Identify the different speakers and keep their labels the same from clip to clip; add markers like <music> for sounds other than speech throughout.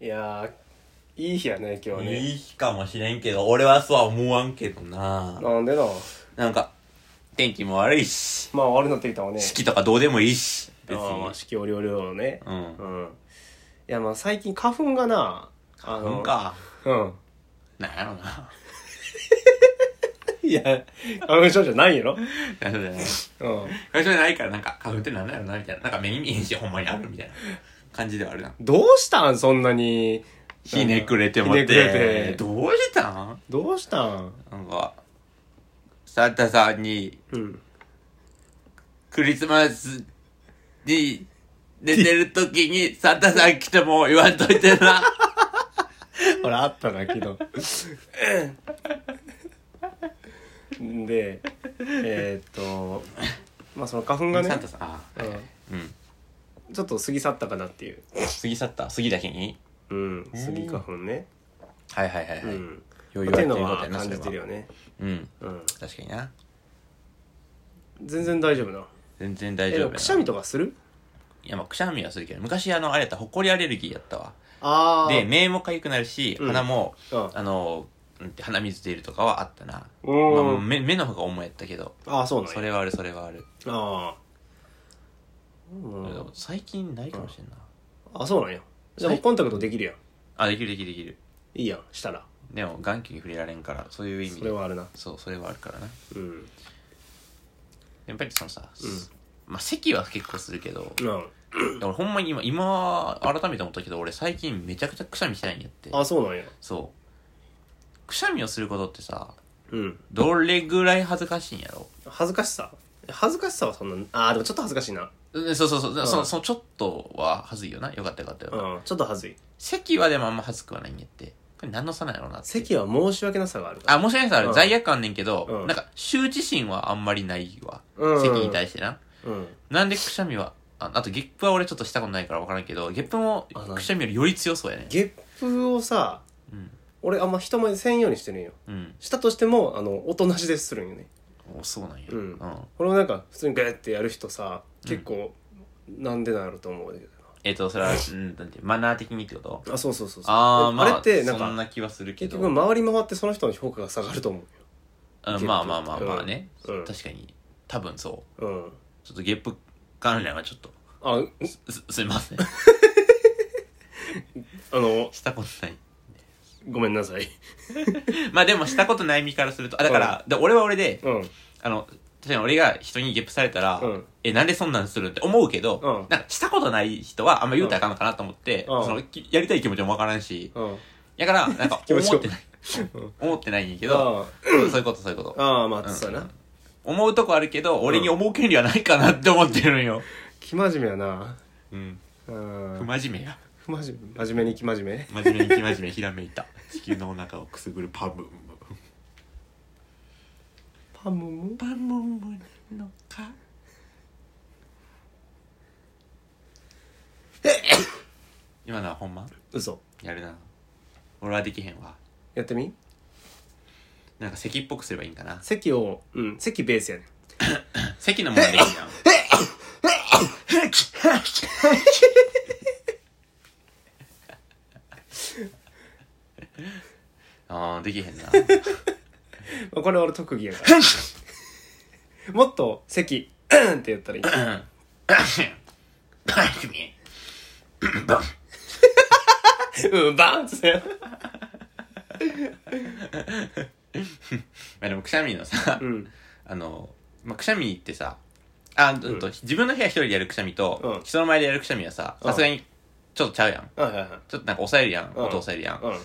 Speaker 1: いやーいい日やね今日ね
Speaker 2: いい日かもしれんけど、俺はそうは思わんけどな。
Speaker 1: なんでな
Speaker 2: なんか、天気も悪いし、
Speaker 1: まあ悪くなってきたわね
Speaker 2: 四季とかどうでもいいし、別
Speaker 1: あーま
Speaker 2: に
Speaker 1: あ。四季折々のね
Speaker 2: うん。
Speaker 1: うんいやまあ最近花粉がなあの
Speaker 2: なんか、
Speaker 1: うん
Speaker 2: なんやろな。
Speaker 1: いや花粉症じゃないやろ
Speaker 2: なんだよね。
Speaker 1: うん
Speaker 2: 最初じゃないから、なんか、花粉ってなんだろうな、みたいな。なんか目に見えんし、ほんまにあるみたいな感じではあるな。
Speaker 1: どうしたんそんなに
Speaker 2: ひねくれても
Speaker 1: ひねくれて
Speaker 2: どうしたん
Speaker 1: どうしたん
Speaker 2: なんか、サンタさんに、
Speaker 1: うん
Speaker 2: クリスマスに寝てる時に、サンタさん来ても言わんといて
Speaker 1: <laughs>
Speaker 2: な。
Speaker 1: ほらあったな昨日 <laughs> でえーっとまあその花粉がね
Speaker 2: サンタさん、あ、はいはいうん。
Speaker 1: ちょっと過ぎ去ったかなっていう
Speaker 2: 過ぎ去った過ぎだけに
Speaker 1: うん過ぎ花粉ね
Speaker 2: はいはいはいは
Speaker 1: う
Speaker 2: い。
Speaker 1: ん
Speaker 2: 余
Speaker 1: っ
Speaker 2: 裕
Speaker 1: ていう
Speaker 2: と
Speaker 1: の
Speaker 2: いうこと
Speaker 1: は
Speaker 2: やな、
Speaker 1: 感
Speaker 2: それ
Speaker 1: じてる
Speaker 2: は。
Speaker 1: よね
Speaker 2: うん。
Speaker 1: うん
Speaker 2: 確かにな。
Speaker 1: 全然大丈夫な
Speaker 2: 全然大
Speaker 1: え
Speaker 2: 丈
Speaker 1: で
Speaker 2: 夫
Speaker 1: も
Speaker 2: や
Speaker 1: くしゃ
Speaker 2: な。
Speaker 1: みとかする
Speaker 2: いや、まあ、くしゃみはするけど、昔あの、あれやった、ほこりアレルギーやったわ。
Speaker 1: ああ
Speaker 2: で、目もかゆくなるし、
Speaker 1: うん
Speaker 2: 鼻も、
Speaker 1: うん
Speaker 2: あの、なんて鼻水出るとかはあったな。
Speaker 1: う
Speaker 2: まあ
Speaker 1: ん、
Speaker 2: 目目の方が重やったけど、
Speaker 1: ああそうなんや
Speaker 2: それはある、それはある。
Speaker 1: ああ、うん
Speaker 2: でも最近ないかもしれんな。
Speaker 1: あそうなんやでもコンタクトできるやん
Speaker 2: あ、できるできるできる。
Speaker 1: いいやんしたら
Speaker 2: でも、眼球に触れられんから、そういう意味
Speaker 1: それ
Speaker 2: で。
Speaker 1: はあるな
Speaker 2: そう、それはあるからな。
Speaker 1: うん
Speaker 2: やっぱりそのさ、
Speaker 1: うん
Speaker 2: まあ、咳は結構するけど、
Speaker 1: うん
Speaker 2: で俺ほんまに今、今、改めて思ったけど、俺最近めちゃくちゃくしゃみしてないんやって。
Speaker 1: あそうなんや
Speaker 2: そう。くしゃみをすることってさ、
Speaker 1: うん
Speaker 2: どれぐらい恥ずかしいんやろ
Speaker 1: 恥ずかしさ恥ずかしさはそんなあーでもちょっと恥ずかしいな
Speaker 2: うんそうそうそう、
Speaker 1: ん
Speaker 2: その、そのちょっとは恥ずいよな。よかったよかったよ。
Speaker 1: うんちょっと恥ずい
Speaker 2: 席はでもあんま恥ずくはないんやって。これ何の差なんやろなって。
Speaker 1: 席は申し訳なさがある
Speaker 2: あ、申し訳ないさ、
Speaker 1: うん
Speaker 2: 罪悪感あんねんけど、
Speaker 1: うん
Speaker 2: なんか、羞恥心はあんまりないわ。
Speaker 1: うん
Speaker 2: 席に対してな。
Speaker 1: うん
Speaker 2: なんでくしゃみは、ああとゲップは俺ちょっとしたことないから分からんけど、ゲップも
Speaker 1: あなん
Speaker 2: くしゃみよりより強そうやね。
Speaker 1: ゲップをさ
Speaker 2: うん。
Speaker 1: 俺あんま人前でせんようにしてるんよ
Speaker 2: うん。
Speaker 1: したとしてもあのおとなしでするんよね
Speaker 2: おそうなんや。
Speaker 1: うん
Speaker 2: うん
Speaker 1: 俺もなんか普通にガーってやる人さ結構、なんでなんやろと思うけど
Speaker 2: えっ、と、それは、うん、なんて、マナー的にってこと
Speaker 1: あそうそうそうそう
Speaker 2: あー、まあ、
Speaker 1: あれってなん
Speaker 2: そ
Speaker 1: か
Speaker 2: んな気はするけ
Speaker 1: 結
Speaker 2: ど。
Speaker 1: 局回り回ってその人の評価が下がると思う
Speaker 2: うん
Speaker 1: 結局
Speaker 2: まあまあまあまあね。
Speaker 1: うん
Speaker 2: 確かに、多分そう。
Speaker 1: ようん
Speaker 2: ちょっとゲップ関連はちょっと、
Speaker 1: あう
Speaker 2: す、 <laughs> すいません。
Speaker 1: あの
Speaker 2: したことない。
Speaker 1: ごめんなさい
Speaker 2: まあでも、したことない身からすると、あ、だから、で俺は俺で、
Speaker 1: うん
Speaker 2: あの、確かに俺が人にゲップされたら、
Speaker 1: うん
Speaker 2: え、なんでそんなんするって思うけど、
Speaker 1: うん
Speaker 2: なんかしたことない人はあんま言うたらあかんのかなと思って、
Speaker 1: うん
Speaker 2: その、きやりたい気持ちもわからんし、
Speaker 1: うん
Speaker 2: だから、なん
Speaker 1: <laughs>
Speaker 2: か
Speaker 1: 気
Speaker 2: 思
Speaker 1: 持ちを
Speaker 2: ってない
Speaker 1: うん。
Speaker 2: 思ってないんやけど、
Speaker 1: あ
Speaker 2: そういうことそういうこと。
Speaker 1: ああま
Speaker 2: う
Speaker 1: あ
Speaker 2: ん
Speaker 1: そうやな、
Speaker 2: 思うとこあるけど、俺に思う権利はないかなって思ってるんよ。
Speaker 1: 生真面目やな
Speaker 2: うん。
Speaker 1: うん
Speaker 2: 不真面目や。
Speaker 1: 不真面目真面目に生真面目
Speaker 2: 真面目に生真面目ひらめいた。 <laughs> 地球のお腹をくすぐるパムンムン。
Speaker 1: パムム
Speaker 2: パムンムンのか。 <coughs> 今のはほんま
Speaker 1: 嘘
Speaker 2: やるな。俺はできへんわ。
Speaker 1: やってみ
Speaker 2: なんか咳っぽくすればいいんかな。
Speaker 1: 席をうん席ベースやね
Speaker 2: 咳のものでいいやん。あー、できへんな。
Speaker 1: まあこれ俺特技や <laughs> からもっと席うんって言ったらいいうんバーンってさ
Speaker 2: まあでもくしゃみのさ、
Speaker 1: うん
Speaker 2: あの、まあ、くしゃみってさ、あ、うんと、自分の部屋一人でやるくしゃみと、
Speaker 1: うん
Speaker 2: 人の前でやるくしゃみはさ、
Speaker 1: うん
Speaker 2: さすがにちょっとちゃうやん。
Speaker 1: はいはいはい
Speaker 2: ちょっとなんか抑えるやん。
Speaker 1: うん
Speaker 2: 音抑えるやん。
Speaker 1: うん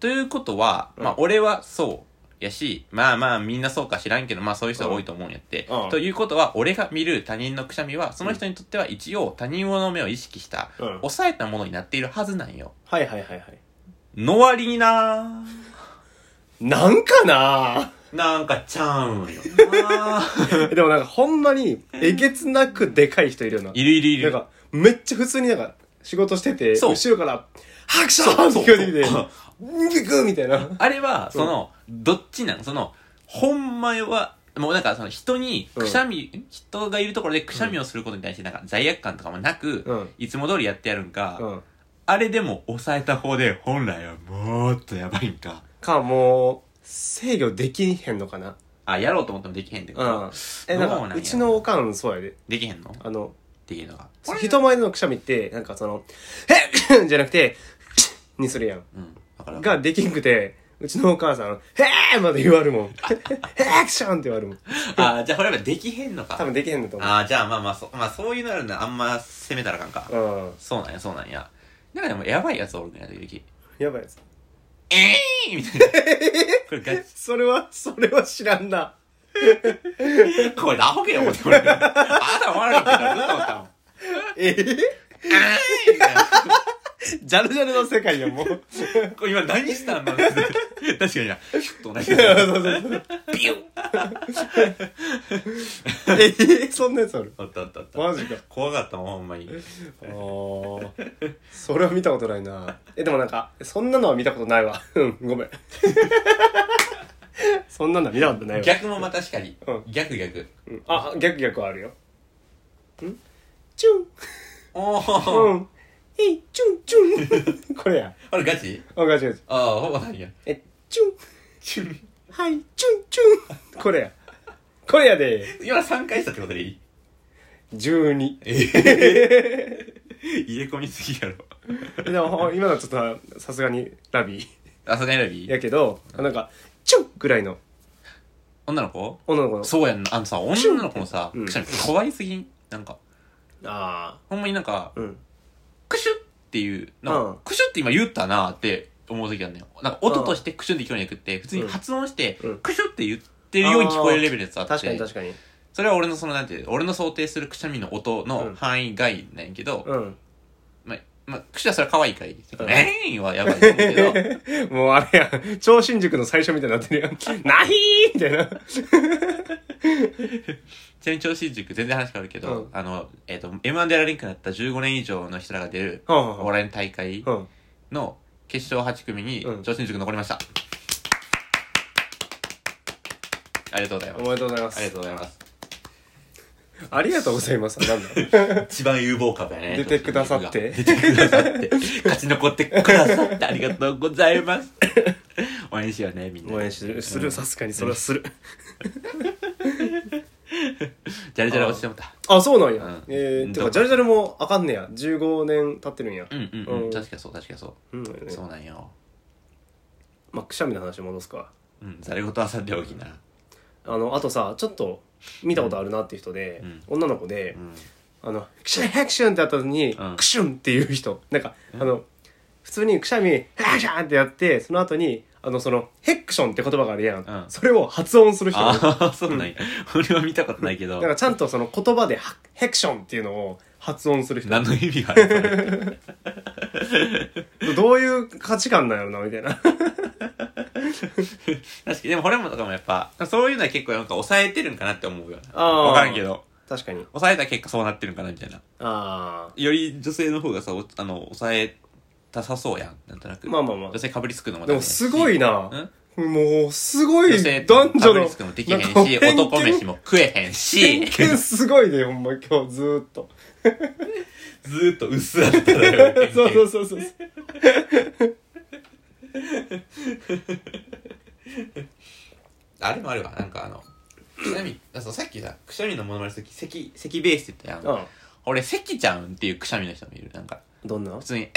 Speaker 2: ということは、
Speaker 1: うん
Speaker 2: まあ俺はそうやし、まあまあみんなそうか知らんけど、まあそういう人が多いと思うんやって。
Speaker 1: うん
Speaker 2: ということは、俺が見る他人のくしゃみは、その人にとっては一応他人の目を意識した、
Speaker 1: うん
Speaker 2: 抑えたものになっているはずなんよ。
Speaker 1: はいはいはいはい
Speaker 2: の割にな
Speaker 1: なんかな
Speaker 2: なんかちゃうんよな
Speaker 1: <laughs> でもなんかほんまにえげつなくでかい人いるよない
Speaker 2: る <laughs> いるい
Speaker 1: な
Speaker 2: る。
Speaker 1: んかめっちゃ普通になんか仕事してて
Speaker 2: そう
Speaker 1: 後ろから「拍手!」
Speaker 2: そう
Speaker 1: って聞こえてきて <laughs>
Speaker 2: そう
Speaker 1: 「うんびく!」みたいな
Speaker 2: あれは、その、どっちなのその、ほんまは、もうなんかその人にくしゃみ、ん人がいるところでくしゃみをすることに対してなんか罪悪感とかもなく、
Speaker 1: うん
Speaker 2: いつも通りやってやるんか、
Speaker 1: うん
Speaker 2: あれでも抑えた方で本来はもっとやばいんか。
Speaker 1: かもう制御できへんのかな
Speaker 2: あ、やろうと思ってもできへんってこ
Speaker 1: う
Speaker 2: と、
Speaker 1: んえなん
Speaker 2: どうな
Speaker 1: か
Speaker 2: んや
Speaker 1: うちのおかんそうやで
Speaker 2: できへんの
Speaker 1: あの
Speaker 2: できるのが。
Speaker 1: そう人前でのくしゃみってなんかその「へっ!」じゃ <coughs> なくて「にするやん
Speaker 2: うん。だから。
Speaker 1: ができんくてうちのお母さん「へーまで言われるもん「へ <laughs> ーアクション!」って言われるもん
Speaker 2: あー、じゃあこれやっぱできへんのか。
Speaker 1: 多分できへんのと思う
Speaker 2: ああ、じゃあまあまあ、そまあそういうのあるな、あんま攻めたらあかんか。
Speaker 1: うん
Speaker 2: そうなんや、そうなんや。なんかでもやばいやつおるね、時々。
Speaker 1: やばいやつ
Speaker 2: えー、みたいな。これガチ。
Speaker 1: それはそれは知らんな
Speaker 2: これアホけよ、思ってこれ。あなた悪いけど、ずっと思ったもん。
Speaker 1: えー
Speaker 2: えーみたいな
Speaker 1: ジャルジャルの世界やんもうそう
Speaker 2: これ今何したんだ <laughs> 確かにな。ヒュッと <laughs> 同じ。
Speaker 1: そうそう
Speaker 2: ビュッ
Speaker 1: えーそんなやつある
Speaker 2: あったあったあった。
Speaker 1: マジか
Speaker 2: 怖かったもん、ほんまに。
Speaker 1: あー <laughs> それは見たことないなえでもなんかそんなのは見たことないわうんごめん <laughs> そんなのは見たことないわ
Speaker 2: 逆もまあ確かに
Speaker 1: うん。
Speaker 2: 逆逆。
Speaker 1: うんあ逆逆はあるよんチュ
Speaker 2: お
Speaker 1: ンう
Speaker 2: ー。
Speaker 1: んえいチュンチュン <laughs> これや
Speaker 2: あれガチ
Speaker 1: あガチガチ
Speaker 2: ああ、ほぼないや。
Speaker 1: えチュンはいチュンチュンこれやこれやで
Speaker 2: 今3回したってことでいい
Speaker 1: 12
Speaker 2: 入れ込みすぎやろ。
Speaker 1: でも今のはちょっとさすがにラビー
Speaker 2: あ、それ選び
Speaker 1: やけどなんかチュンぐらいの
Speaker 2: 女の子
Speaker 1: 女の子の
Speaker 2: そうやんな。あのさ、女の子のさ、
Speaker 1: うん
Speaker 2: くしゃみ可愛すぎんなんか、
Speaker 1: あ
Speaker 2: ほんまになんか
Speaker 1: あ、うん
Speaker 2: クシュっていう、なんか
Speaker 1: うん
Speaker 2: クシュって今言ったなって思う時あるのよ。なんか音としてクシュって聞こえなくって、普通に発音して
Speaker 1: うん、
Speaker 2: クシュって言ってるように聞こえるレベルのやつあって、
Speaker 1: 確かに確かに
Speaker 2: それは俺のその、なんていう、俺の想定するくしゃみの音
Speaker 1: う
Speaker 2: の
Speaker 1: ん
Speaker 2: 範囲外なんやけど、
Speaker 1: うん
Speaker 2: まあ、まあ、クシュはそれは可愛いからいい。
Speaker 1: ん
Speaker 2: えーんはやばいと思うけど、
Speaker 1: <laughs> もうあれや超新塾の最初みたいになってるやん「なひー!」みたいな
Speaker 2: ちなみに調子塾全然話変わるけど、
Speaker 1: うん
Speaker 2: あの、えっ、と、M1 でラリンクになった15年以上の人らが出る、
Speaker 1: うんうんうん
Speaker 2: お笑いの大会、
Speaker 1: うん
Speaker 2: の決勝8組に
Speaker 1: うん
Speaker 2: 上新塾残りました、ありがとうござい
Speaker 1: お
Speaker 2: ます
Speaker 1: めでとうございます
Speaker 2: ありがとうございます
Speaker 1: ありがとうございますなんだ
Speaker 2: 一番有望株やね
Speaker 1: 出てくださって
Speaker 2: 出てくださって勝ち残ってくださってありがとうござ
Speaker 1: <laughs>
Speaker 2: います応援しようねみんな
Speaker 1: 応援するするさすがにそれはする
Speaker 2: ジャルジャル落ちてもた
Speaker 1: あそうなん
Speaker 2: うん
Speaker 1: やえ
Speaker 2: う
Speaker 1: ー
Speaker 2: ん
Speaker 1: てかジャルジャルもあかんねや15年経ってるんや
Speaker 2: うんうんうん、
Speaker 1: うん
Speaker 2: 確かそう確かそう、
Speaker 1: うんそうやね
Speaker 2: そうなんよ
Speaker 1: まあくしゃみの話戻すか
Speaker 2: うんざれ言はさておきな
Speaker 1: あのあとさちょっと見たことあるなっていう人で
Speaker 2: うん
Speaker 1: 女の子で
Speaker 2: うん
Speaker 1: あのクシャミハクシュンってやったのに
Speaker 2: うん
Speaker 1: クシュンっていう人なんかあの普通にくしゃみハクシャンってやってその後にあのそのヘクションって言葉があるや
Speaker 2: うん
Speaker 1: んそれを発音する人がいる
Speaker 2: ああそうなんや、俺は見たことないけど
Speaker 1: だからちゃんとその言葉でハヘクションっていうのを発音する人
Speaker 2: 何の意味があるそれ
Speaker 1: どういう価値観なんやろなみたいな <laughs>
Speaker 2: 確かに、でもホルモンとかもやっぱ、そういうのは結構なんか抑えてるんかなって思うよな。
Speaker 1: あー
Speaker 2: わからんけど。
Speaker 1: 確かに
Speaker 2: 抑えた結果そうなってるんかなみたいな。
Speaker 1: あ
Speaker 2: より女性の方がさ、おあの、抑えたさそうやん。なんとなく。
Speaker 1: まあまあまあ
Speaker 2: 女性かぶりつくのも
Speaker 1: あでもすごいな
Speaker 2: うん
Speaker 1: もうすごい
Speaker 2: 女性
Speaker 1: 男
Speaker 2: か
Speaker 1: 女
Speaker 2: ぶ
Speaker 1: の
Speaker 2: りつくのもできへん
Speaker 1: なんか
Speaker 2: し、
Speaker 1: 偏見
Speaker 2: 男飯も食えへんし
Speaker 1: <laughs> 偏、見すごいねほんま今日ずーっ
Speaker 2: <laughs>
Speaker 1: と
Speaker 2: ずーっと薄だったのよ。偏見
Speaker 1: <laughs> そうそうそうそう
Speaker 2: あれもあるわ。なんかあの、くしゃみ、あそうさっきさ、くしゃみのものまねするとき、咳、咳ベースって言ったやん。
Speaker 1: あ
Speaker 2: 俺、咳ちゃうんっていうくしゃみの人もいる。なんか、
Speaker 1: どんな
Speaker 2: 普通に、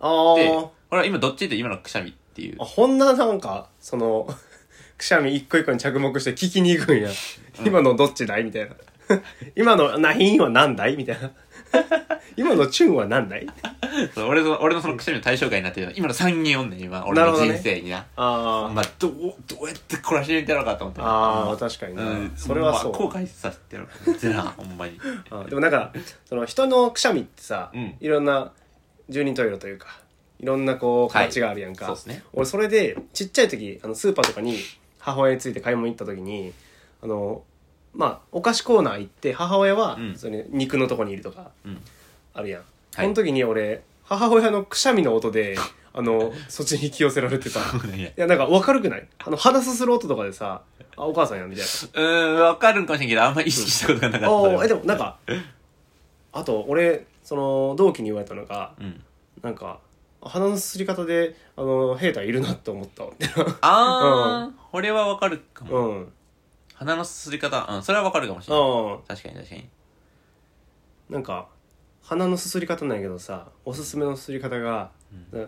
Speaker 1: あ
Speaker 2: で
Speaker 1: ー、
Speaker 2: 俺は今どっちで今のくしゃみっていう
Speaker 1: あ。ほんななんかその <laughs> くしゃみ一個一個に着目して聞きに行くんや、今のどっちだいみたいな <laughs> 今の「ナヒン」は何だいみたいな <laughs> 今の「チュン」は何だい
Speaker 2: そう俺の、俺のそのくしゃみの対象外になってるの今の3人おんねん、今。俺の人生にな。
Speaker 1: あー
Speaker 2: まあ、どう、どうやって懲らしめてやろうかと思って。
Speaker 1: あー確かに
Speaker 2: う
Speaker 1: ね、
Speaker 2: ん。
Speaker 1: それはそう、
Speaker 2: まあ後悔させてやろうかな。ぜな、
Speaker 1: <laughs>
Speaker 2: ほんまに。 <laughs>
Speaker 1: あでもなんかその人のくしゃみってさ、
Speaker 2: うん
Speaker 1: いろんな十人十色というかいろんなこう
Speaker 2: はい
Speaker 1: 形があるやんか、
Speaker 2: そうっすね
Speaker 1: 俺それでちっちゃい時あのスーパーとかに母親について買い物行った時にあのまあお菓子コーナー行って母親は、
Speaker 2: うん
Speaker 1: それ肉のとこにいるとか
Speaker 2: うん。
Speaker 1: あるやん、
Speaker 2: はい
Speaker 1: その時に俺母親のくしゃみの音であのそっちに引き寄せられてた
Speaker 2: そうなんや
Speaker 1: いやなんか分かるくないあの鼻すする音とかでさ「あお母さんや」みたいな
Speaker 2: うーん、わかるんかもしれんけど、あんま意識したことがなかった。
Speaker 1: あ
Speaker 2: それ
Speaker 1: あ
Speaker 2: は
Speaker 1: えでもなんかあと俺その同期に言われたのが
Speaker 2: うん。
Speaker 1: なんか鼻のすすり方であの兵隊いるなって思ったみたいな
Speaker 2: あー、これはわかるかも。
Speaker 1: <laughs> うんうん
Speaker 2: 鼻のすすり方、うん、それはわかるかもしれない。確かに確かに。
Speaker 1: なんか鼻のすすり方なんやけどさおすすめのすすり方が、な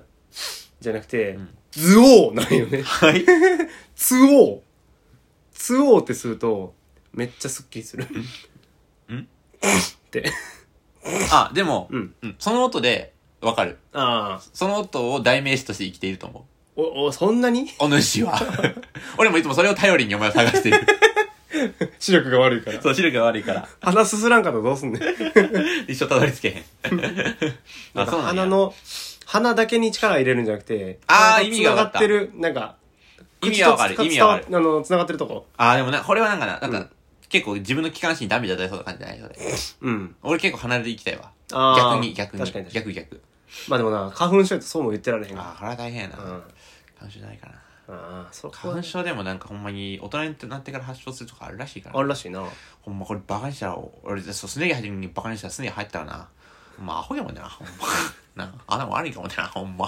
Speaker 1: じゃなくて、
Speaker 2: ん
Speaker 1: ズオーなんよね <laughs>
Speaker 2: はい。
Speaker 1: ツオーツオーってするとめっちゃすっきりする
Speaker 2: ん
Speaker 1: <laughs> って
Speaker 2: あ、でも、
Speaker 1: うん
Speaker 2: うんその音でわかる。
Speaker 1: ああ
Speaker 2: その音を代名詞として生きていると思う。
Speaker 1: おおそんなに
Speaker 2: お主
Speaker 1: <laughs>
Speaker 2: は。俺もいつもそれを頼りにお前を探している。
Speaker 1: 視力が悪いから
Speaker 2: そう、視力が悪いから。
Speaker 1: 鼻すすらんかったらどうすんねん
Speaker 2: 一生たどり着けへん。
Speaker 1: <laughs> なん
Speaker 2: あ、
Speaker 1: か
Speaker 2: そうなんや
Speaker 1: 鼻の鼻だけに力入れるんじゃなくて
Speaker 2: あー
Speaker 1: 鼻と
Speaker 2: 意味が分かった
Speaker 1: 繋がってるなんか
Speaker 2: 意味はわかる
Speaker 1: 口と
Speaker 2: 意味はわかる
Speaker 1: 伝わあの繋がってるとこ
Speaker 2: あ、でもな、これはなんかな、なんか、
Speaker 1: うん
Speaker 2: 結構自分の気管支に涙出そうな感じじゃないそれ。
Speaker 1: うん
Speaker 2: 俺結構離れていきたいわ。
Speaker 1: あー
Speaker 2: 逆に、逆に。
Speaker 1: 確かに確かに
Speaker 2: 逆逆。
Speaker 1: まあでもな花粉症やとそうも言ってられへんから
Speaker 2: ああ、これは大変やな。
Speaker 1: うん
Speaker 2: 花粉症ないかな。
Speaker 1: ああそこ
Speaker 2: 花
Speaker 1: は
Speaker 2: 粉症でもなんかほんまに大人になってから発症するとかあるらしいから。
Speaker 1: あるらしいな
Speaker 2: ほんまこれバカにしたら、俺、そう、すね毛始めにバカにしたらすね毛入ったらな。ほんまアホやもんな、ほんま。な、穴も悪いかもな、ほんま。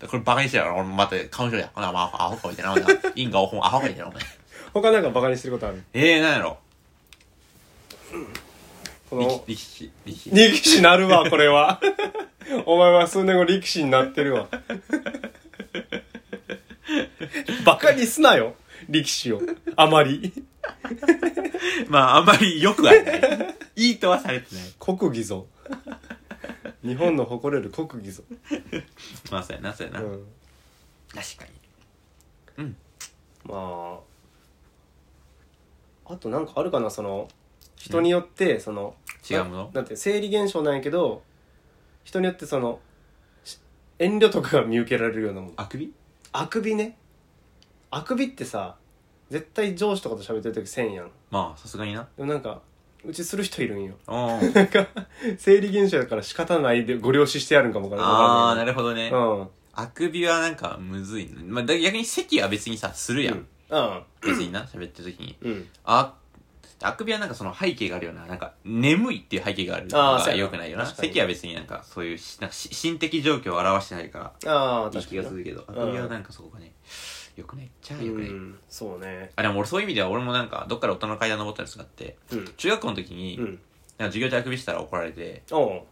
Speaker 2: なこれバカにしたら、俺また花粉症や。ほな、まあ、アホアホかみたいな。ほな因果をほんまアホかみたいな、お前。
Speaker 1: 他なんかバカにしてることある
Speaker 2: ええー、なんやろ。
Speaker 1: この
Speaker 2: 力士、力士。
Speaker 1: 力士なるわこれは <laughs> お前は数年後力士になってるわバカにすなよ力士をあまり
Speaker 2: まあ、あんまり良くはない。いいとはされてない。
Speaker 1: 国技ぞ日本の誇れる国技ぞ、
Speaker 2: まあ、そうやな、そうや
Speaker 1: う
Speaker 2: な。
Speaker 1: ん、
Speaker 2: 確かに。
Speaker 1: まああとなんかあるかなその人によってその、
Speaker 2: 違うもの
Speaker 1: ななんて生理現象なんやけど人によってそのし遠慮とかが見受けられるようなもの
Speaker 2: あくび
Speaker 1: あくびねあくびってさ絶対上司とかと喋ってる時せんやん
Speaker 2: まあ、さすがにな。
Speaker 1: でもなんかうちする人いるんよ <laughs>
Speaker 2: おー
Speaker 1: なんか生理現象だから仕方ないでご了承してやるんかもわから
Speaker 2: あー、な
Speaker 1: る
Speaker 2: るほどね。
Speaker 1: うん
Speaker 2: あくびはなんかむずいな。まあ、だ逆に席は別にさ、するやん。
Speaker 1: うん
Speaker 2: 別にな、喋ってる時に。
Speaker 1: うん
Speaker 2: あ、あくびはなんかその背景があるような、なんか眠いっていう背景があるの
Speaker 1: あーそう
Speaker 2: が
Speaker 1: やな
Speaker 2: 良くないよな。
Speaker 1: 確かに
Speaker 2: 席は別になんかそういうし、なんかし心的状況を表してないか
Speaker 1: ああ
Speaker 2: ら、い
Speaker 1: 確か
Speaker 2: い気
Speaker 1: に
Speaker 2: が
Speaker 1: な
Speaker 2: するけど、あ
Speaker 1: ん
Speaker 2: くびはなんかそこがね、良くないっちゃ
Speaker 1: う
Speaker 2: 良くない。
Speaker 1: んそうね
Speaker 2: あ、でも俺そういう意味では俺もなんか、どっかで大人の階段登ったやつがあって、
Speaker 1: うん
Speaker 2: 中学校の時に、
Speaker 1: う
Speaker 2: なんか
Speaker 1: ん
Speaker 2: 授業であくびしたら怒られて、
Speaker 1: おう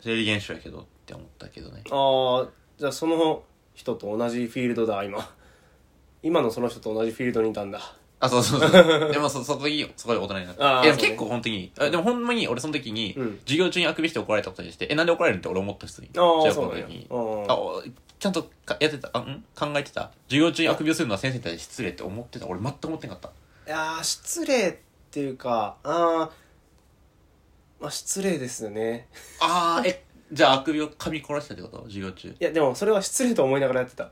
Speaker 2: 生理現象やけどって思ったけどね。
Speaker 1: ああじゃあその人と同じフィールドだ今今のその人と同じフィールドにいたんだ
Speaker 2: あ、そうそうそう。でもそ、そこに、そこで大人になっ
Speaker 1: あー
Speaker 2: た。いや、
Speaker 1: そうね
Speaker 2: 結構本当に、あでもほんまに俺その時に、
Speaker 1: うん
Speaker 2: 授業中にあくびして怒られたことにして、え、なんで怒られるんって俺思った人に。
Speaker 1: ああ
Speaker 2: 中
Speaker 1: そうな
Speaker 2: 学校
Speaker 1: ん
Speaker 2: の
Speaker 1: や
Speaker 2: 時に。
Speaker 1: うん
Speaker 2: あ、おちゃんとかやってた、あん考えてた。授業中にあくびをするのは先生に対して失礼って思ってた。俺全く思ってなかっ
Speaker 1: い
Speaker 2: た。
Speaker 1: やー失礼っていうかあーまあ失礼ですよね
Speaker 2: あー、え、じゃああくびを噛み殺したってこと授業中。
Speaker 1: いやでもそれは失礼と思いながらやってた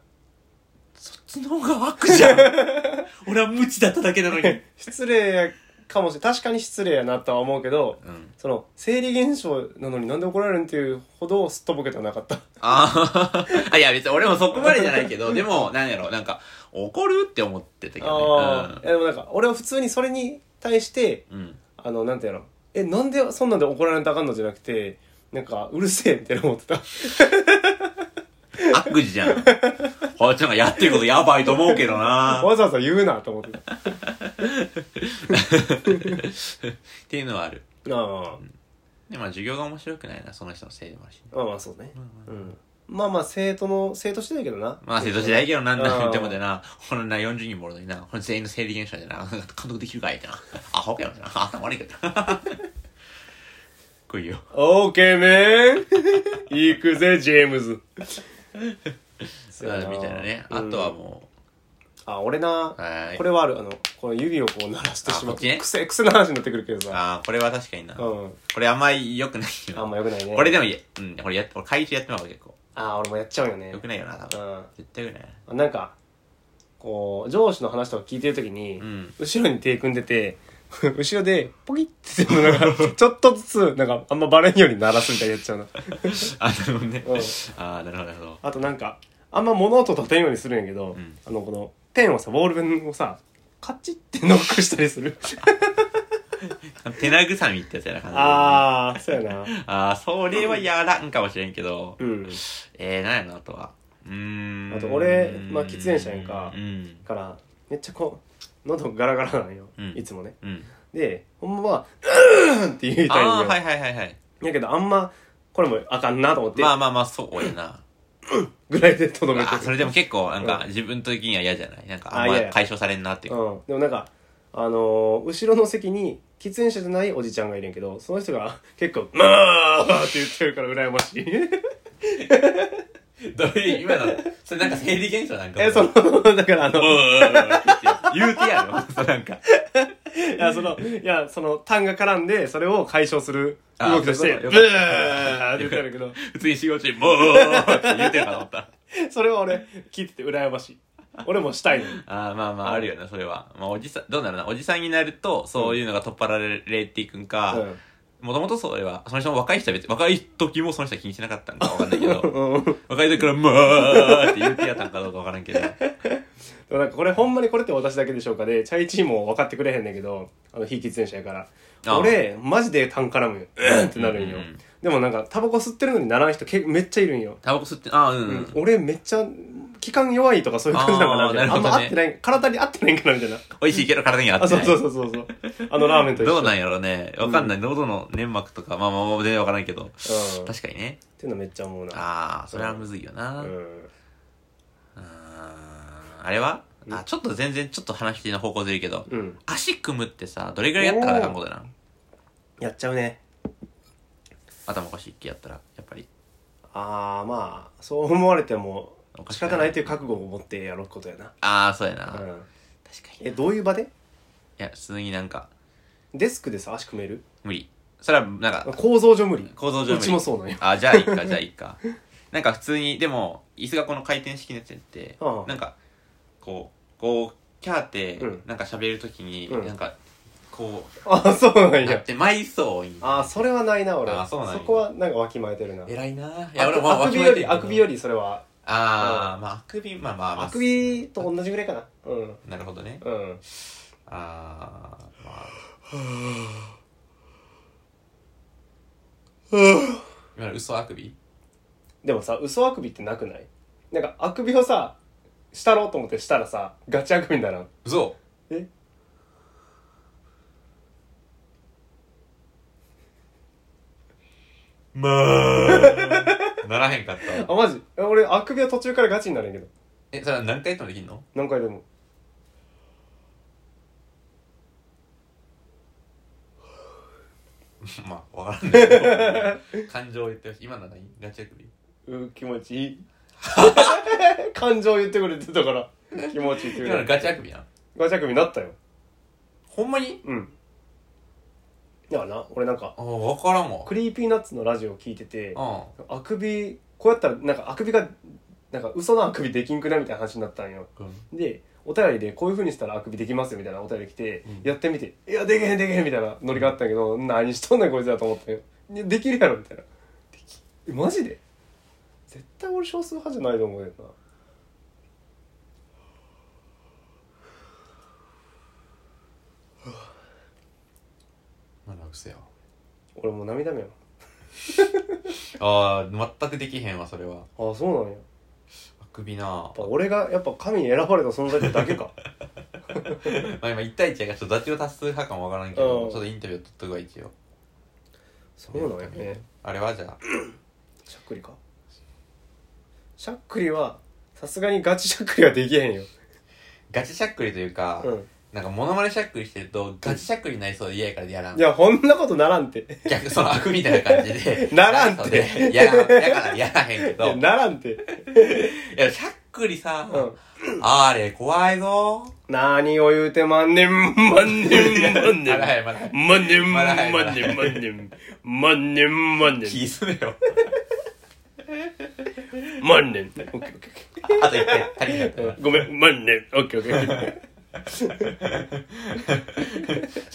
Speaker 2: そっちの方が悪じゃん。 <laughs> 俺は無知だっただけな
Speaker 1: <laughs>
Speaker 2: のに。う
Speaker 1: 失礼やかもしれない確かに失礼やなとは思うけど
Speaker 2: ん。
Speaker 1: その生理現象なのになんで怒られるんっていうほどすっとぼけてはなかった
Speaker 2: あーあ、いや別に俺もそこまでじゃないけど、でも、なんやろ、なんか、怒るって思ってたけど
Speaker 1: あ
Speaker 2: ね
Speaker 1: あ、。いやでもなんか俺は普通にそれに対して
Speaker 2: うん。うん。
Speaker 1: あのなんていうのえなんでそんなんで怒られたらあかんのじゃなくてなんかうるせえみたいな思ってた
Speaker 2: 悪事じゃん。こいつなんかやってることやばいと思うけどな。
Speaker 1: わざわざ言うなと思ってたあ
Speaker 2: っていうのはある。
Speaker 1: あ
Speaker 2: でもまあ授業が面白くないな、その人のせいでもあるし、ね。
Speaker 1: まあまあそうね、うん、まあまあ生徒の生徒次第やけどな
Speaker 2: まあ生徒時代けどなんだ
Speaker 1: うん
Speaker 2: 言ってもでな、こんな40人もおるのにな、これ全員の生理現象でな、監督できるかいってな。アホかよってな。頭悪いけどな。 <laughs> 来いよ。
Speaker 1: オーケーメン行くぜジェームズ
Speaker 2: みたいなね。あとはも
Speaker 1: あ俺な
Speaker 2: う、はい。
Speaker 1: これはあるあのこの指をこう鳴らしてしま
Speaker 2: あ
Speaker 1: う
Speaker 2: こっちね
Speaker 1: 癖癖の話になってくるけどさ
Speaker 2: ああ、これは確かにな。
Speaker 1: うん
Speaker 2: これあんまり良くないよ。
Speaker 1: あんま良くないね
Speaker 2: 俺でもいい、うん、これや、俺会議中やってもらうわ結構。
Speaker 1: あ俺もやっちゃうよね
Speaker 2: 良くないよな、多分。絶対良くない。
Speaker 1: うんなんかこう上司の話とか聞いてるときに、
Speaker 2: うん。
Speaker 1: 後ろに手組んでて <laughs> 後ろでポキッてなんか <laughs> ちょっとずつなんかあんまバレんように鳴らすみたいにやっちゃうな
Speaker 2: <laughs> あ、なるほどね
Speaker 1: うん。
Speaker 2: ああ、なるほど、なるほど。
Speaker 1: あとなんかあんま物音立てんようにするんやけど、
Speaker 2: ん <laughs>
Speaker 1: あのこのペンをさボールペンをさカチッてノックしたりする
Speaker 2: 手慰みってやつやな感じ。
Speaker 1: ああそうやな
Speaker 2: あーそれはやらんかもしれんけど、
Speaker 1: うん
Speaker 2: えー、なんやろな、あとは。うーん。
Speaker 1: あと俺まあ喫煙者やんか
Speaker 2: うん。
Speaker 1: からめっちゃこう喉ガラガラなんよ、
Speaker 2: うん
Speaker 1: いつもね
Speaker 2: うん。
Speaker 1: でほんまは <laughs> 「うん!」って言いたいんよ、
Speaker 2: ああー、はいはいはいはい。
Speaker 1: やけどあんまこれもあかんなと思って、
Speaker 2: まあまあまあ、そうやな。
Speaker 1: ぐらいでとどめて
Speaker 2: あ
Speaker 1: る
Speaker 2: それでも結構、なん
Speaker 1: う
Speaker 2: か、自分的には嫌じゃないなんか、あ
Speaker 1: あ
Speaker 2: ん
Speaker 1: い
Speaker 2: ま
Speaker 1: やいや
Speaker 2: 解消されんなっていうか。
Speaker 1: うん、でもなんかあのー後ろの席に喫煙者じゃないおじちゃんがいるんやけどその人が <laughs> 結構「まあ!」って言ってるから羨ま
Speaker 2: <laughs>
Speaker 1: しい
Speaker 2: どういう、今の、それなんか生理現象なんか。
Speaker 1: えそのだからあ
Speaker 2: う
Speaker 1: の
Speaker 2: んうんうん言うてやろ。 <laughs> そうなんか。
Speaker 1: いやそのいやその単が絡んでそれを解消する動きとして「
Speaker 2: あ
Speaker 1: ブ
Speaker 2: そう
Speaker 1: ー!」
Speaker 2: いう
Speaker 1: って言
Speaker 2: ことよ
Speaker 1: ってるけど
Speaker 2: 普通に仕事中、もうって言うてるかと思った。
Speaker 1: それは俺聞いてて羨ましい俺もしたいのに
Speaker 2: ああ、まあまあ、あるよね、それは。まあ、おじさん、どうなるな、おじさんになると、そういうのが取っ払われていくんか、もともとそれは、その人も若い人は別に、若い時もその人は気にしなかったんかわかんないけど、
Speaker 1: うん、うん、で
Speaker 2: 若い時から、まあって言うてやったんかどうかわからんけど。
Speaker 1: もなんかこれほんまにこれって私だけでしょうかでチャイチーも分かってくれへんねんけどあの非喫煙者やから
Speaker 2: あ
Speaker 1: 俺マジで単絡むようんってなるんよ、
Speaker 2: うん
Speaker 1: でもなんかタバコ吸ってるのにならん人けめっちゃいるんよ、
Speaker 2: タバコ吸って、ああ、うんうん。
Speaker 1: 俺めっちゃ気管弱いとかそういう感じなのかなみたいな
Speaker 2: あ
Speaker 1: あ
Speaker 2: ー
Speaker 1: ん
Speaker 2: な
Speaker 1: ま
Speaker 2: るほどね
Speaker 1: 合ってない体に合ってないんかなみたいな
Speaker 2: 美味しいけど体には合
Speaker 1: あ
Speaker 2: っ
Speaker 1: そ
Speaker 2: て
Speaker 1: う
Speaker 2: ない。
Speaker 1: そうそうそうそうあのラーメンと一緒
Speaker 2: どうなんやろうね。わかんない。喉の粘膜とか、まあまあまあ、全然わからんけど。
Speaker 1: うん、っ
Speaker 2: 確かにね。
Speaker 1: ていうのめっちゃ思うな
Speaker 2: ああ、それはむずいよな。
Speaker 1: うん
Speaker 2: あーあれはあ、ちょっと全然、ちょっと話の方向ずれるけど、
Speaker 1: うん
Speaker 2: 足組むってさ、どれぐらいやったらあかんことだな。
Speaker 1: やっちゃうね
Speaker 2: 頭おかしいっけやったら、やっぱり。
Speaker 1: ああまあそう思われても
Speaker 2: おかし
Speaker 1: 仕
Speaker 2: くない
Speaker 1: 方ないという覚悟を持ってやろうことやな、
Speaker 2: ああ、そうやな。
Speaker 1: う
Speaker 2: 確か
Speaker 1: ん、
Speaker 2: に。
Speaker 1: え
Speaker 2: い
Speaker 1: どういう場で
Speaker 2: や、普通になんか、
Speaker 1: デスクでさ足組める
Speaker 2: 無理。それは、なんか、
Speaker 1: 構造上無理
Speaker 2: 構造上無理
Speaker 1: うちもそうなんよ
Speaker 2: あ、じゃあいいか、じゃあいいか。 <laughs> なんか普通に、でも、椅子がこの回転式のやつやって、
Speaker 1: うん
Speaker 2: なんか、こう、こう、キャーって
Speaker 1: うん、
Speaker 2: なんか喋るときに、
Speaker 1: うん
Speaker 2: なんか、こう、
Speaker 1: ああそうなん
Speaker 2: や
Speaker 1: や
Speaker 2: って、埋葬に。
Speaker 1: ああそれはないな俺
Speaker 2: あーそうなんや
Speaker 1: こはなんかわきまえてるな
Speaker 2: 偉いなぁ。い
Speaker 1: あ
Speaker 2: や、俺も
Speaker 1: あくびよりあ
Speaker 2: あ
Speaker 1: くびよりそれは
Speaker 2: ああ、まあ、あくび、まあまあまあ。
Speaker 1: あくびと同じぐらいかなうん
Speaker 2: なるほどね。
Speaker 1: うん
Speaker 2: ああ、まあ。今の嘘あくび
Speaker 1: でもさ嘘あくびってなくないなんかあくびをさしたろうと思ってしたらさガチあくびにならん
Speaker 2: 嘘
Speaker 1: え
Speaker 2: まあ。ならへんかったわ。
Speaker 1: あマジえ俺あくびは途中からガチになるんやけど
Speaker 2: え、それは何回やってもできんの <laughs>
Speaker 1: 何回でも
Speaker 2: まあ、わからんない。感情を言ってほしい。今のは何ガチあくび
Speaker 1: うー気持ちい
Speaker 2: <laughs>
Speaker 1: い感情言ってくれてたから気持ちいいって
Speaker 2: 今
Speaker 1: 言
Speaker 2: の
Speaker 1: うか
Speaker 2: ガ
Speaker 1: ら
Speaker 2: チあくびやん。
Speaker 1: ガチあくびになったよ
Speaker 2: ほんまに
Speaker 1: うんだからな俺なんか
Speaker 2: ああ、わからんわ。
Speaker 1: クリーピーナッツのラジオ聞いてて
Speaker 2: うん。
Speaker 1: あくびこうやったらなんかあくびがなんか嘘のあくびできんくないみたいな話になったんよ
Speaker 2: うん
Speaker 1: でお便りでこういう風にしたらあくびできますよみたいなお便り来て、
Speaker 2: うん
Speaker 1: やってみて「いやでけへんでけへん」みたいなノリがあったんやけど何しとんねんこいつだと思ったよいやできるやろみたいなできえマジで絶対俺少数派じゃないと思うよな
Speaker 2: まだ嘘やわ。
Speaker 1: 俺もう涙目や
Speaker 2: ああ、全くできへんわ、それは。
Speaker 1: ああそうなんややっ
Speaker 2: あくびなぁ。
Speaker 1: ぱ俺がやっぱ神に選ばれた存在ってだ
Speaker 2: <laughs>
Speaker 1: けか
Speaker 2: まあ今1対1やからちょっとダチを達数派かもわからんけど、
Speaker 1: うん
Speaker 2: ちょっとインタビュー取っとくわ一応
Speaker 1: そうなんやね
Speaker 2: あれはじゃあ
Speaker 1: しゃっくりかしゃっくりはさすがにガチしゃっくりはできへんよ
Speaker 2: ガチしゃっくりというか、
Speaker 1: うん
Speaker 2: なんかモノマネしゃっくりしてるとガチしゃっくりになりそうで嫌やからやらん
Speaker 1: いやこんなことならんって
Speaker 2: 逆その悪みたいな感じ
Speaker 1: <laughs>
Speaker 2: で
Speaker 1: ならんって
Speaker 2: そうでやらんやからやらへんけ
Speaker 1: いや
Speaker 2: ど
Speaker 1: ならんって
Speaker 2: いやしゃっくりさ、
Speaker 1: うん
Speaker 2: あれ怖いぞ
Speaker 1: 何を言うて万年万
Speaker 2: <laughs>
Speaker 1: 年万
Speaker 2: まだ
Speaker 1: 年
Speaker 2: 早いまだ早い
Speaker 1: 万年
Speaker 2: まだ
Speaker 1: 万
Speaker 2: 早
Speaker 1: 年
Speaker 2: い
Speaker 1: 万年万年万年万
Speaker 2: 気
Speaker 1: 年
Speaker 2: にすめよ
Speaker 1: 万年オッケーオッケ
Speaker 2: あと1回足りなかった
Speaker 1: ー
Speaker 2: な
Speaker 1: ごめん万年オッケーオッケー
Speaker 2: しゃ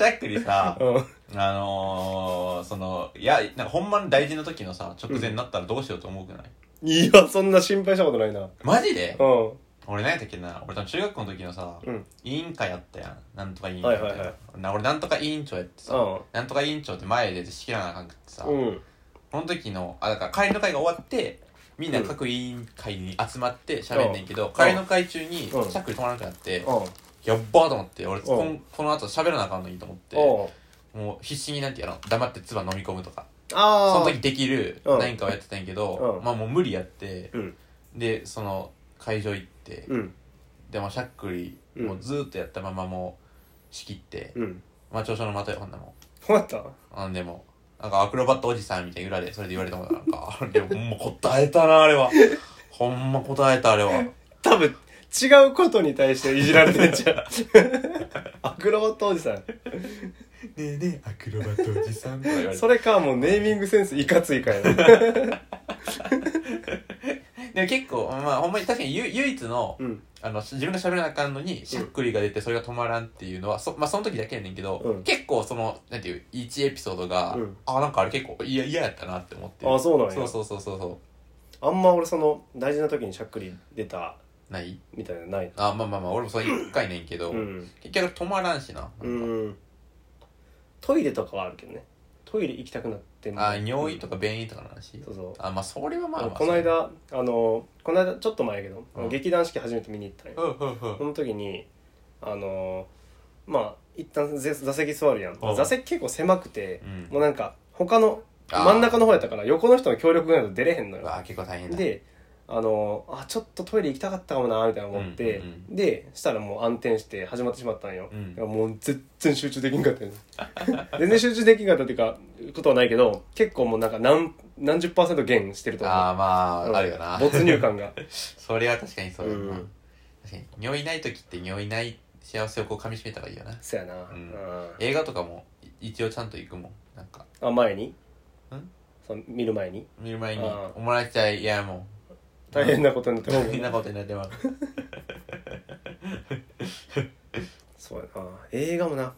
Speaker 2: っくりさ、
Speaker 1: うん
Speaker 2: あのー、そのいやなんかほんまの大事な時のさ直前になったらどうしようと思うくない、
Speaker 1: いやそんな心配したことないな
Speaker 2: マジで
Speaker 1: うん
Speaker 2: 俺何やったっけな俺多分中学校の時のさ、
Speaker 1: うん
Speaker 2: 委員会やったやんなんとか委員会みたいな,、
Speaker 1: はいはいは
Speaker 2: な俺なんとか委員長やってさ、
Speaker 1: うん
Speaker 2: なんとか委員長って前で仕切らなあかんくってさ、
Speaker 1: うん
Speaker 2: この時のあだから帰りの会が終わってみんな各委員会に集まって喋んねんけど、
Speaker 1: うん
Speaker 2: 帰りの会中にシ
Speaker 1: う
Speaker 2: ャ
Speaker 1: ん
Speaker 2: ックル止まらなくなって、
Speaker 1: うん
Speaker 2: やっばーと思って俺
Speaker 1: ん
Speaker 2: こんこの後喋らなあかんのにと思って、
Speaker 1: うん
Speaker 2: もう必死になんてやろ黙って唾飲み込むとか
Speaker 1: ああ
Speaker 2: その時できる
Speaker 1: うん
Speaker 2: 何かをやってたんやけど、
Speaker 1: うん
Speaker 2: まあもう無理やって
Speaker 1: うん
Speaker 2: でその会場行って、
Speaker 1: うん
Speaker 2: でもしゃっくり
Speaker 1: うん
Speaker 2: もうずーっとやったままもう仕切って、
Speaker 1: うん
Speaker 2: まあ調子のまとよほんなもん
Speaker 1: 終わった
Speaker 2: あんでもなんかアクロバットおじさんみたいな裏でそれで言われたもんなんか <laughs> でもほんま答えたなあれはほんま答えたあ <laughs> れは
Speaker 1: 多分違うことに対していじられてん <laughs> じゃんアクロバットおじさん
Speaker 2: ねえねえアクロバットおじさんとか言われて
Speaker 1: それかもうネーミングセンスいかついから
Speaker 2: でも結構まあほんまに確かにゆ唯一の
Speaker 1: うん
Speaker 2: あの自分が喋らなあかんのにしゃっくりが出てそれが止まらんっていうのはそ,、まあ、その時だけやねんけど、
Speaker 1: うん
Speaker 2: 結構そのなんていう一エピソードが、
Speaker 1: うん
Speaker 2: あなんかあれ結構いや嫌やったなって思ってる
Speaker 1: あそうなんや
Speaker 2: そうそうそうそうそ
Speaker 1: あんま俺その大事な時にしゃっくり出た
Speaker 2: うない
Speaker 1: みたいなのない
Speaker 2: あまあまあまあ俺もそれ一回ねんけど、
Speaker 1: うん
Speaker 2: 結局止まらんしな
Speaker 1: うーんトイレとかはあるけどねトイレ行きたくなっても
Speaker 2: あ尿意とか便意とかの話、
Speaker 1: そうそう
Speaker 2: あまあそれはまあまあ
Speaker 1: この間あのこの間ちょっと前やけど、
Speaker 2: うん
Speaker 1: 劇団四季初めて見に行ったん
Speaker 2: う
Speaker 1: よ、
Speaker 2: んうん
Speaker 1: <laughs>
Speaker 2: うん
Speaker 1: その時にあのまあ一旦ぜ座席座るやん、
Speaker 2: うん
Speaker 1: 座席結構狭くて、
Speaker 2: うん
Speaker 1: もうなんか他の
Speaker 2: あー
Speaker 1: 真ん中の方やったから横の人の協力がないと出れへんの
Speaker 2: う
Speaker 1: よ
Speaker 2: わ結構大変だ
Speaker 1: であのあちょっとトイレ行きたかったかもなみたいな思って、
Speaker 2: うんうん
Speaker 1: でしたらもう暗転して始まってしまったんよ、
Speaker 2: うん
Speaker 1: だからもう全然集中できんかったよね <laughs> 全然集中できんかったっていうかことはないけど結構もうなんか何何十パーセント減してると思う
Speaker 2: ああまあ、
Speaker 1: うん
Speaker 2: あるよな
Speaker 1: 没入感が <laughs>
Speaker 2: <laughs> それは確かにそうだな、
Speaker 1: うん
Speaker 2: 確かに尿意ない時って尿意ない幸せをこう噛みしめた方がいいよな
Speaker 1: そやな、
Speaker 2: ん
Speaker 1: うん
Speaker 2: 映画とかもい一応ちゃんと行くもんなんか
Speaker 1: あ前に
Speaker 2: ん
Speaker 1: その見る前に
Speaker 2: 見る前に
Speaker 1: あー
Speaker 2: おもらっちゃいやもう
Speaker 1: 大変なことになっても
Speaker 2: 大 <laughs> 変なことになってます
Speaker 1: そうやな映画もな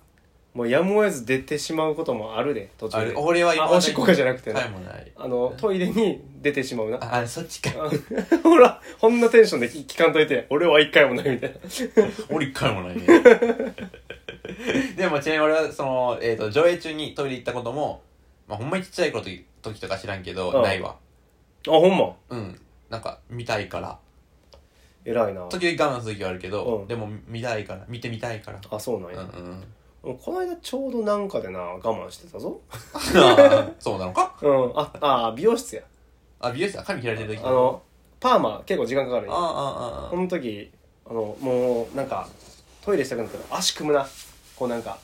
Speaker 1: もうやむを得ず出てしまうこともあるで途中
Speaker 2: あ
Speaker 1: で
Speaker 2: れ俺は
Speaker 1: あおしっこがじゃなくて
Speaker 2: な
Speaker 1: ない
Speaker 2: もない
Speaker 1: あのトイレに出てしまうな <laughs>
Speaker 2: ああそっちか
Speaker 1: ほらこんなテンションで聞聞かんといて俺は一回もないみたいな
Speaker 2: 俺一回もないね <laughs> でもちなみに俺はその、えー、と上映中にトイレ行ったことも、まあ、ほんまにちっちゃい頃と時とか知らんけど、
Speaker 1: うん
Speaker 2: ないわ
Speaker 1: あほんま
Speaker 2: うんなんか見たいから
Speaker 1: 偉いな
Speaker 2: 時々我慢する時はあるけど、
Speaker 1: うん
Speaker 2: でも見たいから見てみたいから
Speaker 1: あそうなん
Speaker 2: うんう
Speaker 1: や、
Speaker 2: ん <laughs>
Speaker 1: もうこの間ちょうどなんかでな我慢してたぞ
Speaker 2: そうなのか
Speaker 1: うんああ美容室や
Speaker 2: あ美容室は髪切られてる時
Speaker 1: あのパーマ結構時間かかるん
Speaker 2: あ
Speaker 1: や
Speaker 2: あああ
Speaker 1: この時あのもうなんかトイレしたくなったら足組むなこうなんか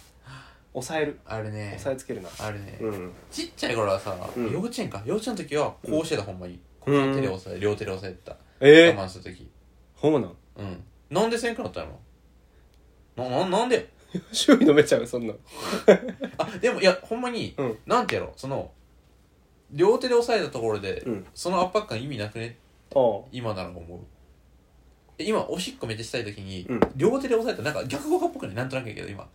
Speaker 1: 押さえる
Speaker 2: ああるね
Speaker 1: 押さえつけるな
Speaker 2: あるね、
Speaker 1: うん
Speaker 2: ちっちゃい頃はさ、
Speaker 1: うん
Speaker 2: 幼稚園か幼稚園の時はこうしてた、ほんまにこ
Speaker 1: うん
Speaker 2: の手で押さえ両手で押さえてた、
Speaker 1: ええ
Speaker 2: 我慢する時
Speaker 1: ほうなん <laughs>
Speaker 2: うんなんでせんくなったのなななんでよ
Speaker 1: 周囲飲めちゃうそんなん
Speaker 2: あでもいやほんまに、
Speaker 1: うん
Speaker 2: なんてやろその両手で押さえたところで、
Speaker 1: うん
Speaker 2: その圧迫感意味なくね
Speaker 1: ああ
Speaker 2: 今なら思うえ今おしっこめっちゃしたい時に、
Speaker 1: うん
Speaker 2: 両手で押さえたらなんか逆効果っぽくねなんとなくやけど今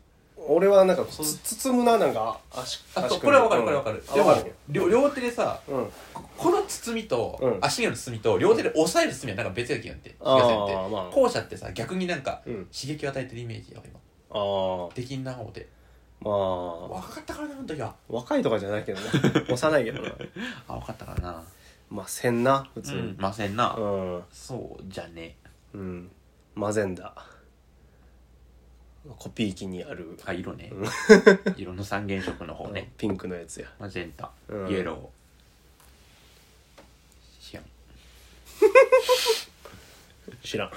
Speaker 1: 俺はなんか
Speaker 2: そう
Speaker 1: つ包むななんか足
Speaker 2: あそう
Speaker 1: 足
Speaker 2: こ
Speaker 1: 組
Speaker 2: れ
Speaker 1: む
Speaker 2: は分かるこれは分かる、
Speaker 1: うんあわか
Speaker 2: で
Speaker 1: る
Speaker 2: も両両手でさ
Speaker 1: うん
Speaker 2: ここの包みと、
Speaker 1: うん
Speaker 2: 足の包みと両手で押さえる包みはなんか別や気がって気
Speaker 1: あ
Speaker 2: がせんって
Speaker 1: あまあ
Speaker 2: 後者ってさ逆になんか
Speaker 1: うん
Speaker 2: 刺激を与えてるイメージよ今
Speaker 1: あ
Speaker 2: できんな方で
Speaker 1: あまあ
Speaker 2: 若かったからなあの時は
Speaker 1: 若いとかじゃないけ
Speaker 2: <laughs>
Speaker 1: どね幼いけどな
Speaker 2: あ分かったからな
Speaker 1: まあせんな普通
Speaker 2: うん
Speaker 1: に
Speaker 2: ませんな、
Speaker 1: うん
Speaker 2: そうじゃね
Speaker 1: うん混ぜんだコピー機にある
Speaker 2: あ色
Speaker 1: <laughs>
Speaker 2: ね色の三原色の方ね
Speaker 1: ピンクのやつや
Speaker 2: マジェンタ、
Speaker 1: うん
Speaker 2: イエローシアン
Speaker 1: 知らん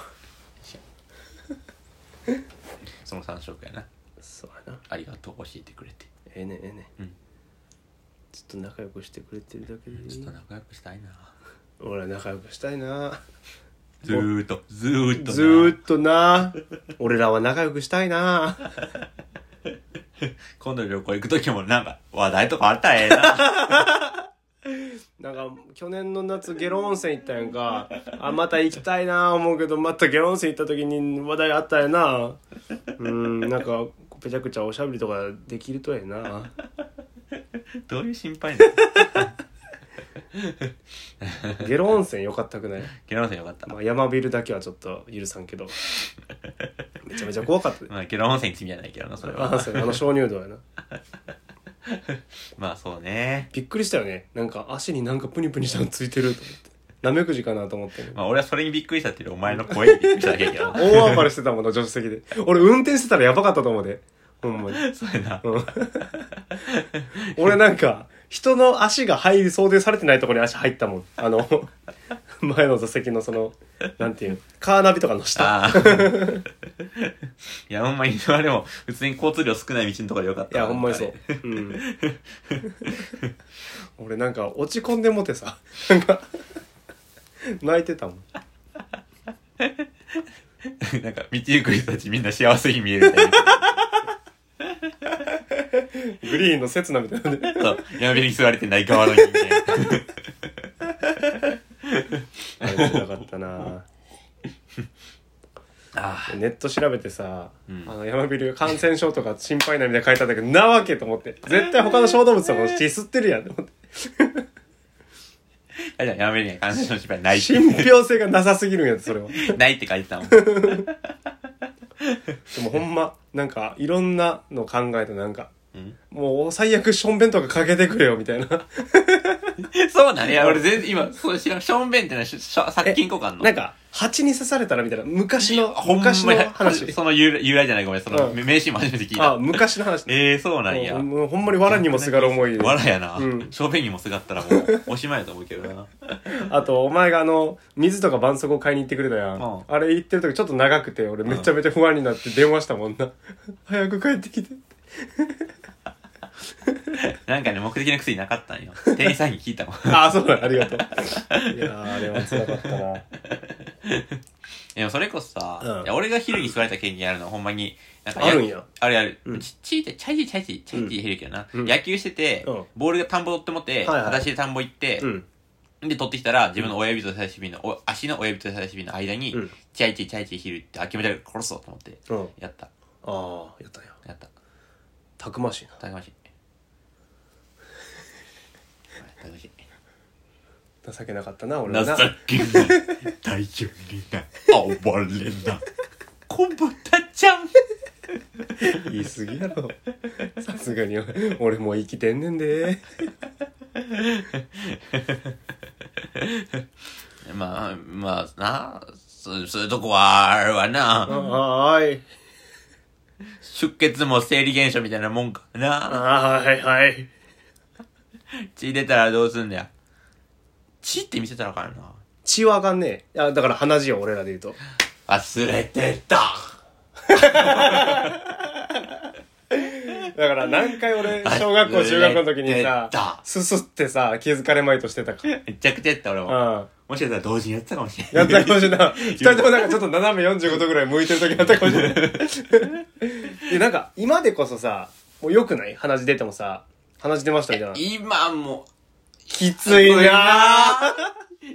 Speaker 1: <laughs>
Speaker 2: その三色やな
Speaker 1: そうやな
Speaker 2: ありがとう教えてくれて
Speaker 1: ええねええね、
Speaker 2: うん
Speaker 1: ずっと仲良くしてくれてるだけでい
Speaker 2: ちょっ
Speaker 1: い
Speaker 2: と仲良くしたいな
Speaker 1: 俺は仲良くしたいな
Speaker 2: ずーっとずーっとな
Speaker 1: ずーっとな俺らは仲良くしたいな
Speaker 2: 今度旅行行く時もなんか話題とかあったらええ
Speaker 1: <laughs>
Speaker 2: な
Speaker 1: なんか去年の夏ゲロ温泉行ったやんかあまた行きたいな思うけどまたゲロ温泉行った時に話題あったやなうんなんかぺちゃくちゃおしゃべりとかできるとええな
Speaker 2: <laughs> どういう心配なの
Speaker 1: ゲロ温泉よかったくない、
Speaker 2: ゲロ温泉よかった。
Speaker 1: まあ、山ビルだけはちょっと許さんけどめちゃめちゃ怖かったで
Speaker 2: まあ、ゲロ温泉に罪はないけどな、それ
Speaker 1: あ
Speaker 2: は。
Speaker 1: そうあの鍾乳洞やな
Speaker 2: まあ、そうね。
Speaker 1: びっくりしたよねなんか足になんかプニプニしたのついてると思ってなめくじかなと思って
Speaker 2: まあ、俺はそれにびっくりしたっていうよりお前の声にびっくりしただけやけ
Speaker 1: <laughs>
Speaker 2: どな。
Speaker 1: 大暴れしてたもんな助手席で俺運転してたらやばかったと思うでほんまに
Speaker 2: そうやな。
Speaker 1: うん俺なんか人の足が入り想定されてないところに足入ったもんあの前の座席のそのなんていうのカーナビとかの下
Speaker 2: ああ。 <laughs> いや、ほんまに、あれも、普通に交通量少ない道のところでよかっ
Speaker 1: い
Speaker 2: たな。
Speaker 1: やほんまにそう、うん俺なんか落ち込んでもてさなんか泣いてたもん
Speaker 2: <laughs> なんか、道行く人たちみんな幸せに見えるみたいな。
Speaker 1: グリーンの刹那みたいなね
Speaker 2: そう山辺に座れてない側の人間。
Speaker 1: あれ辛かったな
Speaker 2: あ
Speaker 1: <laughs> ネット調べてさ、
Speaker 2: うん
Speaker 1: あの山ビル感染症とか心配ないみたいな書いてあったけどなわけと思って絶対他の小動物とかも血吸ってるやんと思って
Speaker 2: あ。じゃあ、山辺には感染症の心配ないって。
Speaker 1: 信憑性がなさすぎるんやってそれはで
Speaker 2: ないって書いてたもん。
Speaker 1: もほんまなんかいろんなの考えてなんか
Speaker 2: うん
Speaker 1: もう最悪しょんべんとかかけてくれよみたいな
Speaker 2: そうなんいや、俺全然今、そう知らん。ションベンってのはしょ、殺菌効果あんの
Speaker 1: なんか蜂に刺されたらみたいな昔の
Speaker 2: ほんま
Speaker 1: 昔の
Speaker 2: や
Speaker 1: 話
Speaker 2: その由来 <laughs> 由来じゃない、ごめん。その、
Speaker 1: うん
Speaker 2: 名シーンも初めて聞い
Speaker 1: あ
Speaker 2: た。
Speaker 1: 昔の話
Speaker 2: ええー、そうなんや。
Speaker 1: もうほんまに藁にもすがる思
Speaker 2: <laughs>
Speaker 1: いで
Speaker 2: わらやな。
Speaker 1: うん
Speaker 2: 正面にもすがったらもう、おしまいやと思うけどな。
Speaker 1: <laughs> あとお前があの水とか絆創膏買いに行ってくれたやん、
Speaker 2: うん
Speaker 1: あれ行ってる時ちょっと長くて俺めちゃめちゃ不安になって電話したもんな早く帰ってきて
Speaker 2: なんかね、目的の薬なかったんよ。店員さんに聞いたもん。
Speaker 1: <laughs> ああそうだありが <laughs> とういやーあれはつらかったな
Speaker 2: <laughs> でもそれこそさ、
Speaker 1: うん
Speaker 2: いや俺が昼に座れた経験あるの、ほんまに。なんか
Speaker 1: あるんや
Speaker 2: あるある。
Speaker 1: うん
Speaker 2: ちっちゃいって、ちゃいちゃいちゃいちゃいって言えるけどな。
Speaker 1: うん
Speaker 2: 野球してて、
Speaker 1: うん
Speaker 2: ボールが田んぼ取って持って、
Speaker 1: はいはい
Speaker 2: 裸足で田んぼ行って、
Speaker 1: うん
Speaker 2: で、取ってきたら、自分の親指と人差し指の、お足の親指と人差し指の間に、
Speaker 1: うん
Speaker 2: チャイチャイチャイチャイヒルって、あ、決めたら殺そうと思って、
Speaker 1: うん
Speaker 2: やった、
Speaker 1: ああやったんや
Speaker 2: やった。
Speaker 1: たくましいな
Speaker 2: たくましい。 <laughs> たくましい。
Speaker 1: 情けなかったな俺
Speaker 2: 情
Speaker 1: はな
Speaker 2: けない。 <laughs> 大丈夫ない。暴れんな。コブタちゃん。
Speaker 1: <laughs> 言い過ぎやろさすがに俺もう生きてんねんで
Speaker 2: まあ、まあ、なそそういうとこはあるわな。
Speaker 1: はーい
Speaker 2: 出血も生理現象みたいなもんかな。
Speaker 1: あーはいはい
Speaker 2: 血出たらどうすんだよ。血って見せたらあかんよな。
Speaker 1: 血はあかんねえいやだから鼻血よ俺らで言うと
Speaker 2: 忘れてた
Speaker 1: だから何回俺小学校中学校の時に
Speaker 2: やった
Speaker 1: さすすってさ気づかれまいとしてたか
Speaker 2: めちゃくちゃやった俺も。
Speaker 1: うん
Speaker 2: もしかしたら同時にやってたかもしれ
Speaker 1: やっ
Speaker 2: ない。
Speaker 1: たかもしれ
Speaker 2: <laughs>
Speaker 1: ない。二人ともなんかちょっと斜め45度ぐらい向いてる時やったかもしれない。
Speaker 2: <laughs>
Speaker 1: で、なんか今でこそさ、もう良くない鼻血出てもさ、鼻血出ましたみたいな。
Speaker 2: 今も。
Speaker 1: きついなぁ。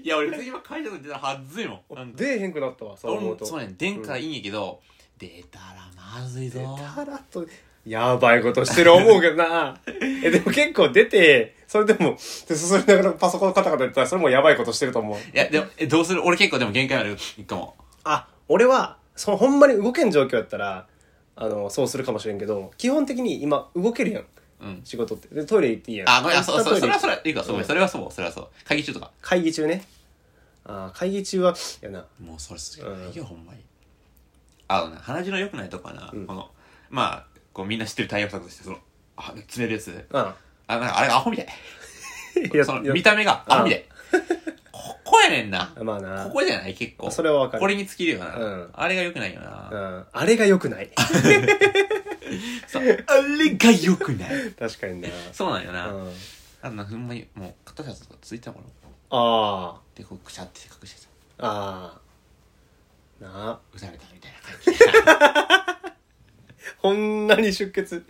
Speaker 2: いや、俺普通に今書いたこと出たらはずいもん。なんか
Speaker 1: 出えへんくなったわ、そう思うと。
Speaker 2: そうねん、出んからいいんやけど、出たらまずいぞ。
Speaker 1: たらっと、やばいことしてる思うけどなえ、でも結構出て、それでも、で、すすりながらパソコンカタカタやってたら、それもやばいことしてると思う。
Speaker 2: いや、でも、え、どうする俺結構でも限界まで行くかも。
Speaker 1: あ俺はそのほんまに動けん状況やったらあのそうするかもしれんけど基本的に今動けるやん
Speaker 2: うん。
Speaker 1: 仕事ってでトイレ行っていいやん
Speaker 2: あ、ごめん、あそう、そう、
Speaker 1: 明日
Speaker 2: そ
Speaker 1: トイ
Speaker 2: れ
Speaker 1: レ
Speaker 2: はそれ、いいか、そうごめん、それはそう、それはそう。会議中とか。
Speaker 1: 会議中ねあー会議中はやな
Speaker 2: もうそれすげえないよ、ほんまに。あのね、鼻血の良くないとこはな、
Speaker 1: うん
Speaker 2: この、まあ、こうみんな知ってる対応策として、その、あ、詰めるやつ。
Speaker 1: あ
Speaker 2: あ、なんかあれがアホみたい。
Speaker 1: いや
Speaker 2: <laughs> その
Speaker 1: いや
Speaker 2: 見た目がアホみたい。ここやねんな。
Speaker 1: まあな
Speaker 2: ここじゃない結構。
Speaker 1: それはわかる
Speaker 2: これに尽きるよな。
Speaker 1: うん
Speaker 2: あれが良くないよな。
Speaker 1: うん、あれが良くない <laughs>
Speaker 2: そうあれが良くない。
Speaker 1: 確かにな、
Speaker 2: そうなんよ <laughs> な。
Speaker 1: うん、
Speaker 2: あの、ほんまに、もう、肩シャツとかついたもの。
Speaker 1: あ
Speaker 2: で、こう、くしゃって隠してさ、
Speaker 1: あああなあ
Speaker 2: うざれたみたいな感じ。
Speaker 1: こんなに出血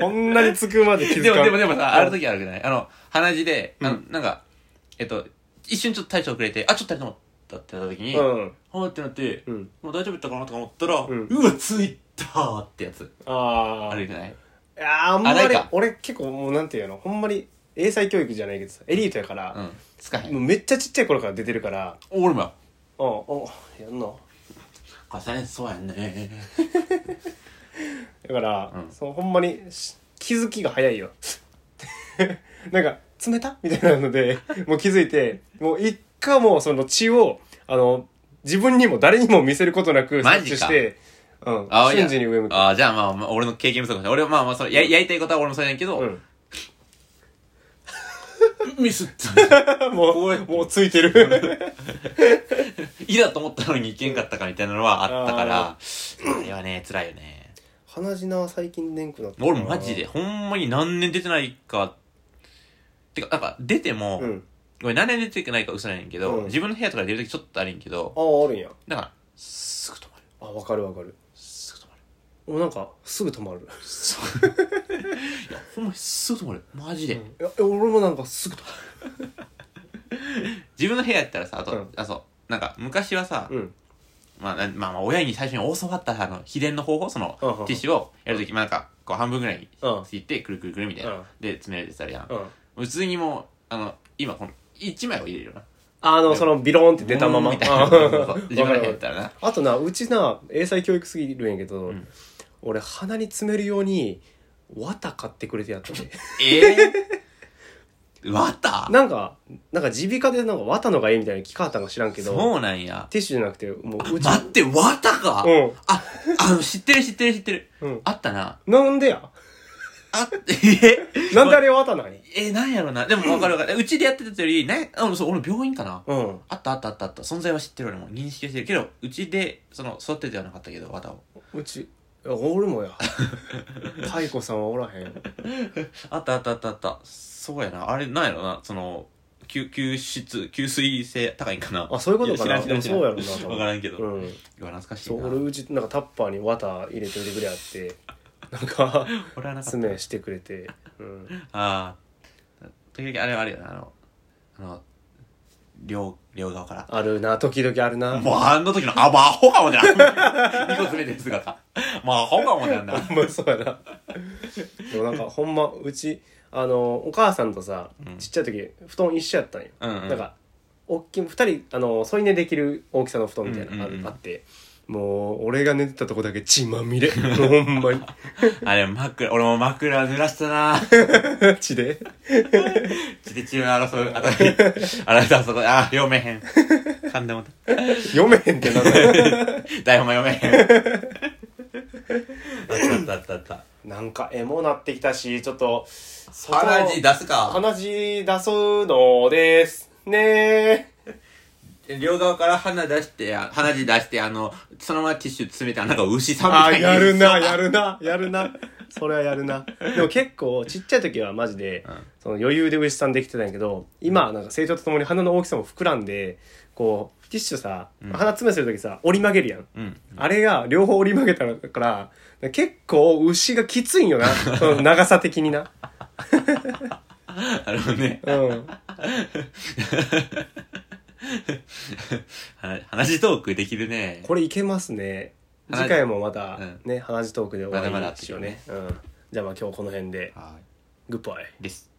Speaker 1: こんなにつくまで気づ
Speaker 2: <laughs> で
Speaker 1: かん
Speaker 2: も、でも、でもさ、ある時あるくないあの、鼻血で、あの、
Speaker 1: うん
Speaker 2: なんか、えっと、一瞬ちょっと体調遅れて、あ、ちょっと足りなかったってなった時に、
Speaker 1: う
Speaker 2: は
Speaker 1: ん
Speaker 2: ーってなって、
Speaker 1: うん
Speaker 2: もう大丈夫だったかなとか思ったら、
Speaker 1: うん
Speaker 2: うわ、ついたーってやつ。
Speaker 1: ああ
Speaker 2: あるくない
Speaker 1: いやーあんま
Speaker 2: あない
Speaker 1: り
Speaker 2: か
Speaker 1: 俺結構もうなんていうのほんまに英才教育じゃないけどさエリートやか
Speaker 2: う
Speaker 1: ら、
Speaker 2: ん使えへん
Speaker 1: もうめっちゃちっちゃい頃から出てるから
Speaker 2: 俺もよ
Speaker 1: おおやんの
Speaker 2: これ戦争やんね
Speaker 1: だから、
Speaker 2: うん
Speaker 1: そのほんまにし気づきが早いよ <laughs> なんか冷たみたいなの
Speaker 2: <laughs>
Speaker 1: でもう気づいてもう一回もうその血をあの自分にも誰にも見せることなく
Speaker 2: マ
Speaker 1: 察
Speaker 2: ジか
Speaker 1: 知して、うん、
Speaker 2: あいや
Speaker 1: 瞬時に上向く、
Speaker 2: あーじゃあまあまあ俺の経験不足かもしれない俺はまあまあそれややりたいことは俺もそうやねんけど、
Speaker 1: うん、
Speaker 2: ミスっ
Speaker 1: <laughs>
Speaker 2: た
Speaker 1: もうもうついて
Speaker 2: <laughs>
Speaker 1: る
Speaker 2: いいだと思ったのにいけんかったかみたいなのはあったから
Speaker 1: あ
Speaker 2: あれはね辛いよね
Speaker 1: 鼻血な最近でんくなったな
Speaker 2: 俺マジでほんまに何年出てないかてかなんか出ても、
Speaker 1: うん
Speaker 2: ごめん何年出てないか嘘なんやけど、
Speaker 1: うん
Speaker 2: 自分の部屋とか出るときちょっとあるんやけど
Speaker 1: あああるんや
Speaker 2: だからすぐ止まる
Speaker 1: あわかるわかる
Speaker 2: すぐ止まる
Speaker 1: もうなんかすぐ止まる
Speaker 2: すぐいやほんまにすぐ止まるマジで、
Speaker 1: いや俺もなんかすぐ止
Speaker 2: 自分の部屋やったらさあと、
Speaker 1: うん
Speaker 2: あそうなんか昔はさ、
Speaker 1: まるうん
Speaker 2: まあ、なまあまあ親に最初に教わったあの秘伝の方法その
Speaker 1: う
Speaker 2: テ
Speaker 1: んうんうん
Speaker 2: ィッシュをやるとき、まあ、なんかこう半分ぐらいに
Speaker 1: うん
Speaker 2: ついてくるくるくるみたいな、
Speaker 1: うん
Speaker 2: で詰められてたりやん、
Speaker 1: うん
Speaker 2: 普通にもうあの今この1枚を入れるよな
Speaker 1: あのそのビローンって出たまま
Speaker 2: ボーン
Speaker 1: <laughs>
Speaker 2: みたいなそうそう <laughs> 自分の部屋やったらな
Speaker 1: あとなうちな英才教育すぎるんやけど、
Speaker 2: ん
Speaker 1: 俺鼻に詰めるように綿買ってくれてやったね
Speaker 2: ええー、わた
Speaker 1: なんかなんか耳鼻科でなんか綿のがええみたいな聞かはったんか知らんけど
Speaker 2: そうなんや
Speaker 1: ティッシュじゃなくてもううち
Speaker 2: 待ってわたか、
Speaker 1: うん
Speaker 2: ああの知ってる知ってる知ってる、
Speaker 1: うん
Speaker 2: あったな
Speaker 1: なんで
Speaker 2: <laughs>
Speaker 1: や
Speaker 2: あっえ
Speaker 1: なんであれ綿ない
Speaker 2: えー、なんやろなでも分かる分かるうちでやってたやつよりなんやあそう俺病院かな
Speaker 1: うん
Speaker 2: あったあったあったあった存在は知ってる俺も認識はしてるけどうちでその育ててはなかったけどわたを
Speaker 1: うちいや俺も
Speaker 2: <laughs>
Speaker 1: や太子さんはおらへん
Speaker 2: あったあったあったあったそうやなあれなんやろなその吸吸湿吸水性高いんかな
Speaker 1: あそういうことかない
Speaker 2: や知らん知らん
Speaker 1: でも
Speaker 2: 知
Speaker 1: そうやろな多分
Speaker 2: 分からんけど、
Speaker 1: う
Speaker 2: うん懐かしい
Speaker 1: そ
Speaker 2: な
Speaker 1: う俺うちなんかタッパーに綿入れておいてくれあ
Speaker 2: <laughs>
Speaker 1: ってなんか
Speaker 2: 俺はなかった
Speaker 1: 爪してくれて、うん、
Speaker 2: ああ時々あれはあるよなあのあの両両側から
Speaker 1: あるな時々あるな
Speaker 2: もうあの時の、あ、もうアホかもじゃん。2個詰めてる姿。もうアホかもじゃんな。
Speaker 1: ほんまそうやなでもなんかほんまうちあのお母さんとさ、
Speaker 2: うん
Speaker 1: ちっちゃい時布団一緒やったんよ、
Speaker 2: うんうん
Speaker 1: なんかおっきい2人あの添い寝できる大きさの布団みたいなのがあ,、
Speaker 2: うんうんうん
Speaker 1: あってもう俺が寝てたとこだけ血まみれほんまに
Speaker 2: あれ、枕、俺も枕濡らしたな。
Speaker 1: 血で
Speaker 2: ちでチーム争う、あたり。争う、あそこ、あ、読めへん。噛んでもうた。
Speaker 1: 読めへんってなる
Speaker 2: <laughs> 台本も読めへん。あったあったあったあっ
Speaker 1: なんかエモなってきたしちょっと
Speaker 2: た。鼻血出すか。
Speaker 1: 鼻血出すのですね
Speaker 2: 両側から鼻出して、あ鼻血出して、あの、そのままティッシュ詰めて、あなんか牛さんみ
Speaker 1: あ
Speaker 2: たいに。
Speaker 1: やるな
Speaker 2: <laughs>
Speaker 1: やるなやるなそれはやるなでも結構ちっちゃい時はマジで、
Speaker 2: ん
Speaker 1: その余裕でウエスタンできてたんやけど今なんか成長とともに鼻の大きさも膨らんでこうティッシュさ、鼻詰めする時さ折り曲げるやん、
Speaker 2: うん。
Speaker 1: あれが両方折り曲げたから結構牛がきついんよなその長さ的にな
Speaker 2: あるほどね。
Speaker 1: うん
Speaker 2: 鼻話トークできるね。
Speaker 1: これいけますね
Speaker 2: 鼻
Speaker 1: 次回もまた
Speaker 2: うん
Speaker 1: ね、話トークで終わりにしようね、うん、じゃあまあ今日この辺で
Speaker 2: は
Speaker 1: グッバイ
Speaker 2: い。です。